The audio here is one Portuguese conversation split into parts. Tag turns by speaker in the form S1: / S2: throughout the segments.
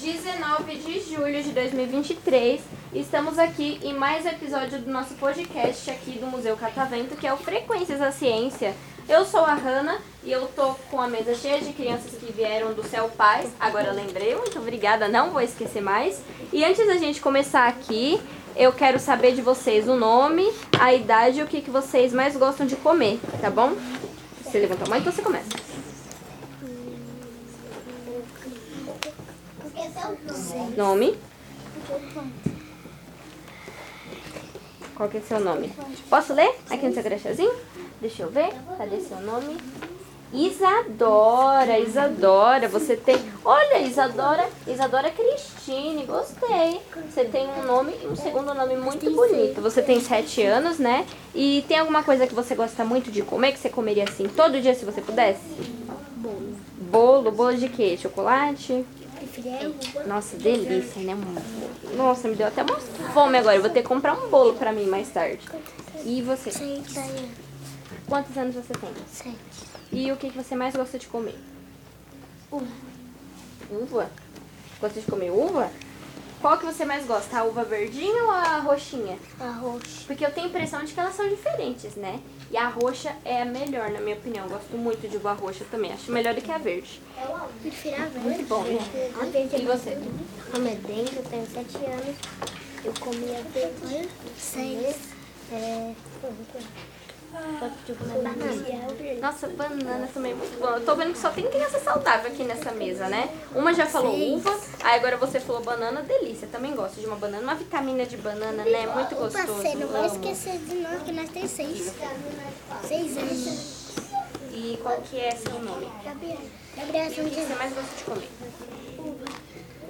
S1: 19 de julho de 2023, estamos aqui em mais um episódio do nosso podcast aqui do Museu Catavento, que é o Frequências da Ciência. Eu sou a Hanna e eu tô com a mesa cheia de crianças que vieram do Céu Paz, agora eu lembrei, muito obrigada, não vou esquecer mais. E antes da gente começar aqui, eu quero saber de vocês o nome, a idade e o que, que vocês mais gostam de comer, tá bom? Você levantou a mão, então você começa. Nome? Qual que é seu nome? Posso ler? Aqui no seu crachazinho? Deixa eu ver. Cadê seu nome? Isadora, Isadora, você tem. Olha, Isadora, Isadora Cristine, gostei. Você tem um nome, um segundo nome muito bonito. Você tem sete anos, né? E tem alguma coisa que você gosta muito de comer, que você comeria assim todo dia se você pudesse? Bolo. Bolo, bolo de quê? Chocolate? Nossa, delícia, né, amor? Nossa, me deu até uma fome agora. Eu vou ter que comprar um bolo pra mim mais tarde. E você? Quantos anos você tem? E o que, que você mais gosta de comer? Uva. Gosta de comer uva? Qual que você mais gosta? A uva verdinha ou a roxinha?
S2: Arroz.
S1: Porque eu tenho a impressão de que elas são diferentes, né? E a roxa é a melhor, na minha opinião. Eu gosto muito de uva roxa também. Acho melhor do que a verde.
S2: Prefiro a verde.
S1: Muito bom, né?
S2: A verde é
S1: E você?
S2: muito- Meu nome é Dengue, eu tenho 7 anos. Eu comi a verde. 6. É... Gosto de comer banana.
S1: Nossa, banana também é muito bom. Eu tô vendo que só tem criança saudável aqui nessa mesa, né? Uma já falou uva, aí agora você falou banana, delícia. Também gosto de uma banana, uma vitamina de banana, né? Muito gostoso.
S2: Parceiro, não vai
S1: amo.
S2: esquecer de nós, que nós temos 6. 6 anos.
S1: E qual que é seu nome?
S2: Gabriela.
S1: E
S2: Gabriela,
S1: o que
S2: são de
S1: você mais gosta de comer? Uva.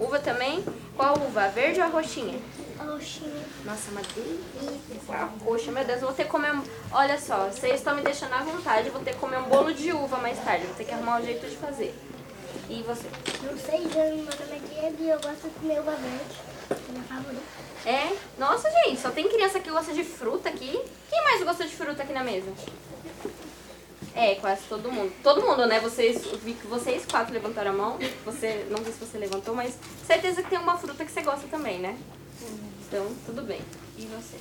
S1: Uva também? Qual uva? A verde ou a roxinha?
S2: roxinha.
S1: Nossa, uma delícia. A roxa, meu Deus, eu vou ter que comer um... Olha só, vocês estão me deixando à vontade, eu vou ter que comer um bolo de uva mais tarde. Vou ter que arrumar um jeito de fazer. E você?
S2: Tenho 6 anos, meu nome é Diego e eu gosto de comer uva verde. Minha favorita.
S1: É? Nossa, gente, só tem criança que gosta de fruta aqui. Quem mais gosta de fruta aqui na mesa? É, quase todo mundo. Todo mundo, né? Vocês, eu vi que vocês quatro levantaram a mão. Você, não sei se você levantou, mas certeza que tem uma fruta que você gosta também, né? Então, tudo bem. E você?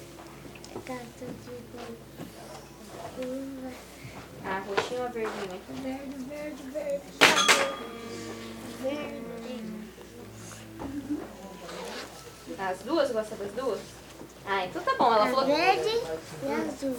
S2: Gato de uva.
S1: Ah, roxinho ou verdinho aqui?
S2: Verde, verde, verde. Verde.
S1: As duas? Gosta das duas? Ah, então tá bom. Ela falou que
S2: Verde e azul.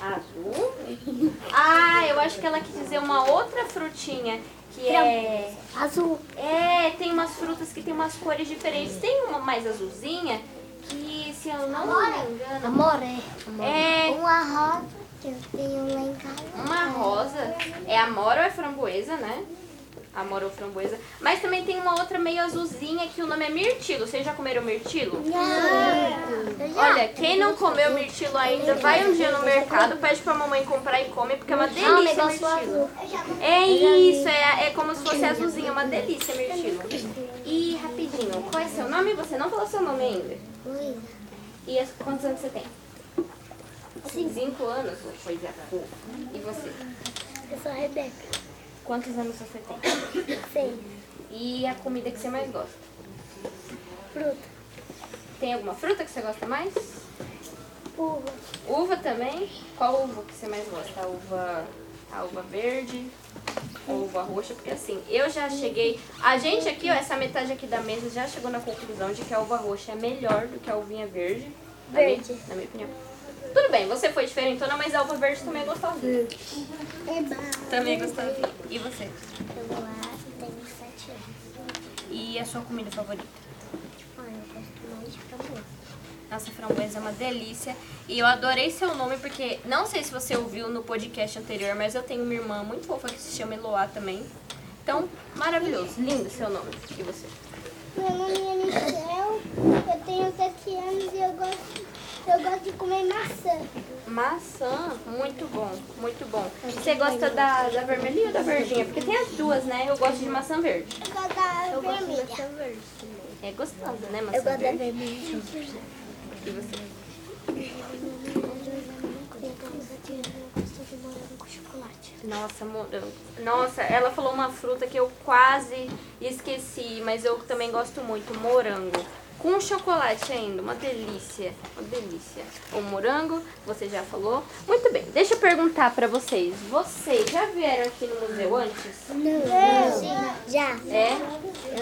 S1: Azul? Ah, eu acho que ela quis dizer uma outra frutinha, que é...
S2: Azul.
S1: É, tem umas frutas que tem umas cores diferentes. Tem uma mais azulzinha, que se eu não me engano...
S2: Amoré.
S1: É.
S2: Uma rosa Um que eu tenho lá em casa.
S1: Uma rosa. É amora ou é framboesa, né? Amora ou framboesa. Mas também tem uma outra meio azulzinha, que o nome é mirtilo. Vocês já comeram mirtilo?
S2: Não.
S1: Olha, quem não comeu mirtilo ainda, vai um dia no mercado, pede pra mamãe comprar e come, porque é uma delícia
S2: É um
S1: o
S2: negócio
S1: mirtilo.
S2: azul.
S1: É isso, é, é como se fosse azulzinho, uma delícia mirtilo. E rapidinho, qual é seu nome? Você não falou seu nome ainda.
S2: Luísa.
S1: E as- quantos anos você tem? Assim, Cinco anos, ô coisa fofa. E você?
S2: Eu sou a Rebeca.
S1: Quantos anos você tem?
S2: Seis.
S1: E a comida que você mais gosta?
S2: Fruta.
S1: Tem alguma fruta que você gosta mais?
S2: Uva.
S1: Uva também? Qual uva que você mais gosta? A uva, a uva verde? A uva roxa? Porque assim, eu já cheguei. A gente aqui, ó, essa metade aqui da mesa já chegou na conclusão de que a uva roxa é melhor do que a uvinha verde. Na minha-
S2: Verde.
S1: Na minha, opinião. Tudo bem, você foi diferentona, mas a uva verde também é gostosinha.
S2: Eba.
S1: Também é gostosinha. E você?
S2: Eu vou lá e tenho sete anos.
S1: E a sua comida favorita?
S2: Olha, eu gosto mais de framboesa.
S1: Nossa, framboesa é uma delícia. E eu adorei seu nome, porque não sei se você ouviu no podcast anterior, mas eu tenho uma irmã muito fofa que se chama Eloá também. Então, maravilhoso, lindo seu nome. E você?
S2: Meu nome é Michel, eu tenho 7 anos e eu gosto, eu gosto de comer maçã.
S1: Maçã, muito bom, muito bom. Você gosta da, da vermelhinha ou da verdinha? Porque tem as duas, né? Eu gosto de maçã verde.
S2: Eu gosto da vermelha.
S1: É gostosa, né, maçã
S2: Eu gosto da
S1: verde?
S2: vermelha.
S1: E você?
S2: Eu gosto de morango com chocolate.
S1: Nossa, morango. Nossa, ela falou uma fruta que eu quase esqueci, mas eu também gosto muito, morango. Com chocolate ainda, uma delícia, uma delícia. O morango, você já falou. Muito bem, deixa eu perguntar pra vocês. Vocês já vieram aqui no museu antes?
S2: Não. Já.
S1: É?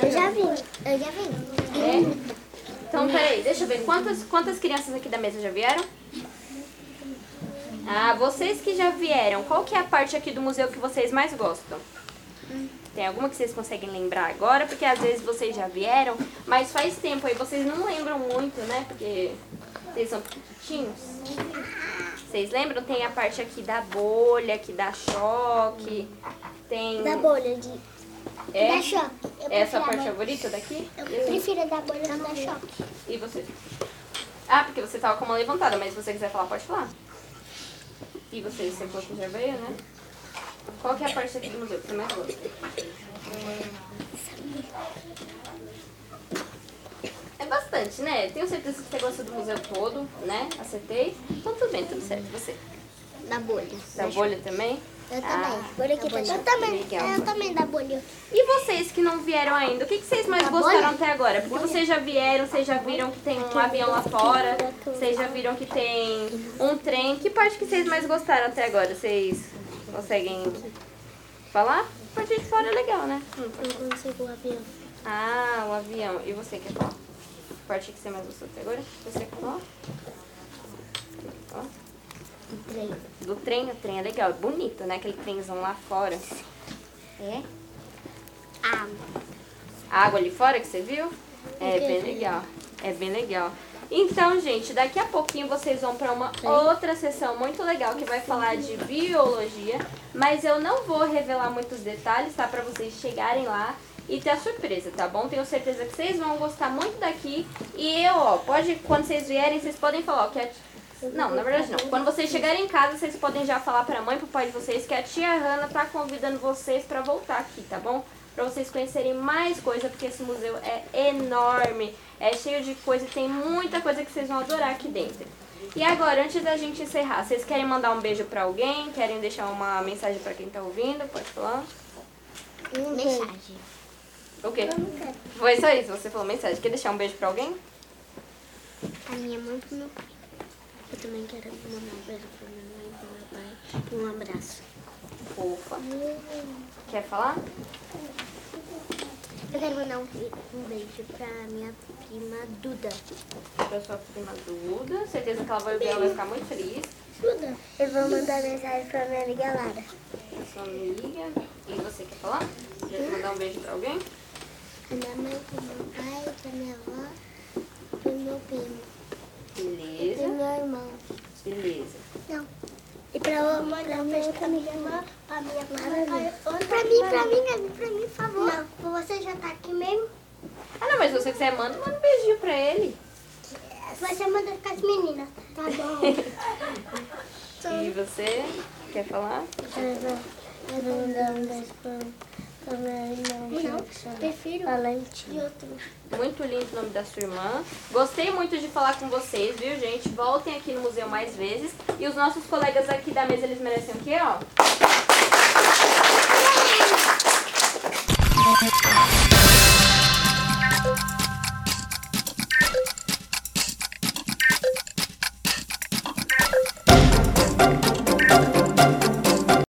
S2: Eu já vim. Eu já vim.
S1: É? Então, peraí, deixa eu ver. Quantas, quantas crianças aqui da mesa já vieram? Ah, vocês que já vieram, qual que é a parte aqui do museu que vocês mais gostam? Tem alguma que vocês conseguem lembrar agora? Porque às vezes vocês já vieram, mas faz tempo aí, vocês não lembram muito, né? Porque vocês são pequenininhos. Vocês lembram? Tem a parte aqui da bolha, que dá choque. Tem.
S2: Da bolha de...
S1: É?
S2: Da choque. Eu
S1: Essa é a
S2: prefiro
S1: parte
S2: a da-
S1: favorita daqui?
S2: Eu prefiro a da bolha que da choque.
S1: E você? Ah, porque você tava com a mão levantada, mas se você quiser falar, pode falar. E você, você falou que já veio, né? Qual que é a parte aqui do museu que você mais gosta? É bastante, né? Tenho certeza que você gosta do museu todo, né? Acertei. Então tudo bem, tudo certo. Você?
S2: Da bolha.
S1: Da bolha também?
S2: Eu
S1: Ah,
S2: também. Por aqui também. Eu também.
S1: Legal.
S2: Eu também da bolha.
S1: E vocês que não vieram ainda, o que, que vocês mais gostaram até agora? Porque vocês já vieram, vocês já viram que tem um avião lá fora, vocês já viram que tem um trem. Que parte que vocês mais gostaram até agora? Vocês conseguem falar? A parte de fora é legal, né? Hum.
S2: Eu consigo abrir.
S1: Ah, o avião. E você quer falar? A parte que você mais gostou até agora? Você quer falar? Ó,
S2: Entrei.
S1: Do trem, o trem é legal, é bonito, né? Aquele trenzão lá fora. É?
S2: Ah,
S1: A água ali fora que você viu? É
S2: Entendi.
S1: bem legal. É bem legal. Então, gente, daqui a pouquinho vocês vão para uma outra sessão muito legal que vai falar de biologia, mas eu não vou revelar muitos detalhes, tá? Para vocês chegarem lá e ter a surpresa, tá bom? Tenho certeza que vocês vão gostar muito daqui. E eu, ó, pode quando vocês vierem, vocês podem falar ó, que a não, na verdade não. Quando vocês chegarem em casa, vocês podem já falar pra mãe e pro pai de vocês que a tia Hanna tá convidando vocês pra voltar aqui, tá bom? Pra vocês conhecerem mais coisa, porque esse museu é enorme, é cheio de coisa e tem muita coisa que vocês vão adorar aqui dentro. E agora, antes da gente encerrar, vocês querem mandar um beijo pra alguém? Querem deixar uma mensagem pra quem tá ouvindo? Pode falar.
S2: mensagem.
S1: O quê? Foi só isso, você falou mensagem. Quer deixar um beijo pra alguém?
S2: A minha mãe pro meu pai. Eu também quero mandar um beijo pra minha mãe, pro meu pai. E um abraço.
S1: Fofa. Quer falar?
S2: Eu quero mandar um, be- um beijo pra minha prima Duda.
S1: Pra sua prima Duda. Certeza que ela vai ouvir, ela vai ficar muito feliz.
S2: Duda? Eu vou mandar mensagem pra minha amiga Lara.
S1: sua amiga. E você quer falar? Quer mandar um beijo pra alguém?
S2: A minha mãe, pro meu pai, pra minha avó, pro meu primo, pro
S1: Beleza.
S2: meu irmão.
S1: Beleza.
S2: Não. E pra eu mandar um beijo pra minha irmã, pra minha mãe. Pra mim, pra mim, pra mim, pra mim, por favor. Não, você já tá aqui mesmo?
S1: Ah, não, mas se você quiser, manda, manda um beijinho pra ele.
S2: Você manda com as meninas. Tá bom.
S1: E você quer falar?
S2: Eu vou mandar um beijo pra, pra minha irmã. Não, prefiro. Valente. E outro.
S1: Muito lindo o nome da sua irmã. Gostei muito de falar com vocês, viu, gente? Voltem aqui no museu mais vezes. E os nossos colegas aqui da mesa, eles merecem o quê, ó?